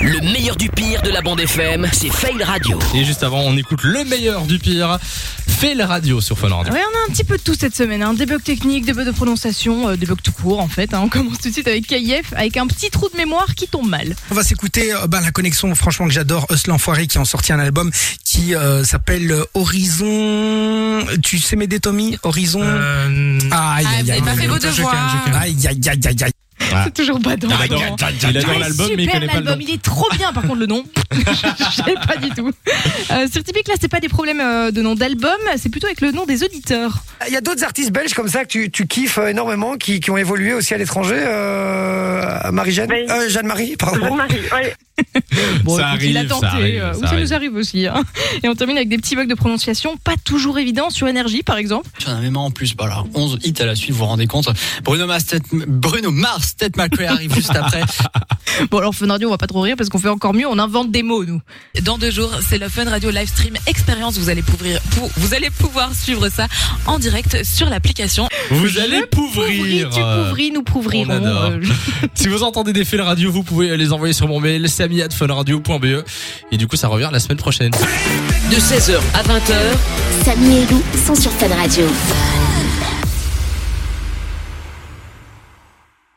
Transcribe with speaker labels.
Speaker 1: Le meilleur du pire de la bande FM, c'est Fail Radio.
Speaker 2: Et juste avant, on écoute le meilleur du pire. Fait le radio sur Fun Radio.
Speaker 3: Ouais, on a un petit peu de tout cette semaine. Hein. Des bugs techniques, des bugs de prononciation, euh, des bugs tout court en fait. hein. On commence tout de suite avec KIF, avec un petit trou de mémoire qui tombe mal.
Speaker 4: On va s'écouter euh, ben, la connexion, franchement, que j'adore, Us l'Enfoiré, qui ont sorti un album qui euh, s'appelle euh, Horizon. Tu sais m'aider, Tommy Horizon
Speaker 5: Ah,
Speaker 4: Aïe, aïe, aïe.
Speaker 6: pas fait vos devoirs.
Speaker 4: Aïe, aïe, aïe, aïe, aïe.
Speaker 3: C'est toujours pas dans
Speaker 2: Il adore, il adore
Speaker 3: Ouais,
Speaker 2: Ah, l'album, mais il
Speaker 3: Ah, super
Speaker 2: connaît pas le
Speaker 3: l'album,
Speaker 2: nom.
Speaker 3: il est trop bien par contre le nom. Je sais pas du tout. Euh, sur Typique là, c'est pas des problèmes euh, de nom d'album, c'est plutôt avec le nom des auditeurs.
Speaker 5: Il y a d'autres artistes belges comme ça que tu, tu kiffes euh, énormément, qui, qui ont évolué aussi à l'étranger. Euh, Marie-Jeanne
Speaker 7: Oui.
Speaker 5: Euh, Jeanne-Marie, pardon.
Speaker 7: Jeanne-Marie, ouais.
Speaker 3: Bon,
Speaker 2: Ça
Speaker 3: écoute, il a
Speaker 2: arrive, ça
Speaker 3: tenté,
Speaker 2: arrive,
Speaker 3: euh,
Speaker 2: ça
Speaker 3: ou ça
Speaker 2: arrive.
Speaker 3: nous arrive aussi. hein. Et on termine avec des petits bugs de prononciation, pas toujours évidents sur énergie par exemple.
Speaker 8: Il y en a même un en plus. Voilà, 11 hits à la suite, vous vous rendez compte. Bruno Mars, Ted, Bruno Mars, Ted McRae arrive juste après.
Speaker 3: Bon alors Fun Radio, on va pas trop rire parce qu'on fait encore mieux, on invente des mots nous.
Speaker 6: Dans deux jours, c'est la Fun Radio Live Stream Expérience. Vous allez, pouvoir, pou- vous allez pouvoir suivre ça en direct sur l'application.
Speaker 2: Vous allez
Speaker 3: Pouvri,
Speaker 2: pouvrir.
Speaker 3: tu pouvris, nous
Speaker 2: on
Speaker 3: pouvrirons.
Speaker 2: adore.
Speaker 3: euh, je-
Speaker 2: Si vous entendez des faits le radio, vous pouvez les envoyer sur mon mail sami@funradio.be et du coup ça revient la semaine prochaine.
Speaker 1: De 16h à 20h,
Speaker 9: Samy et Lou sont sur Fan Radio.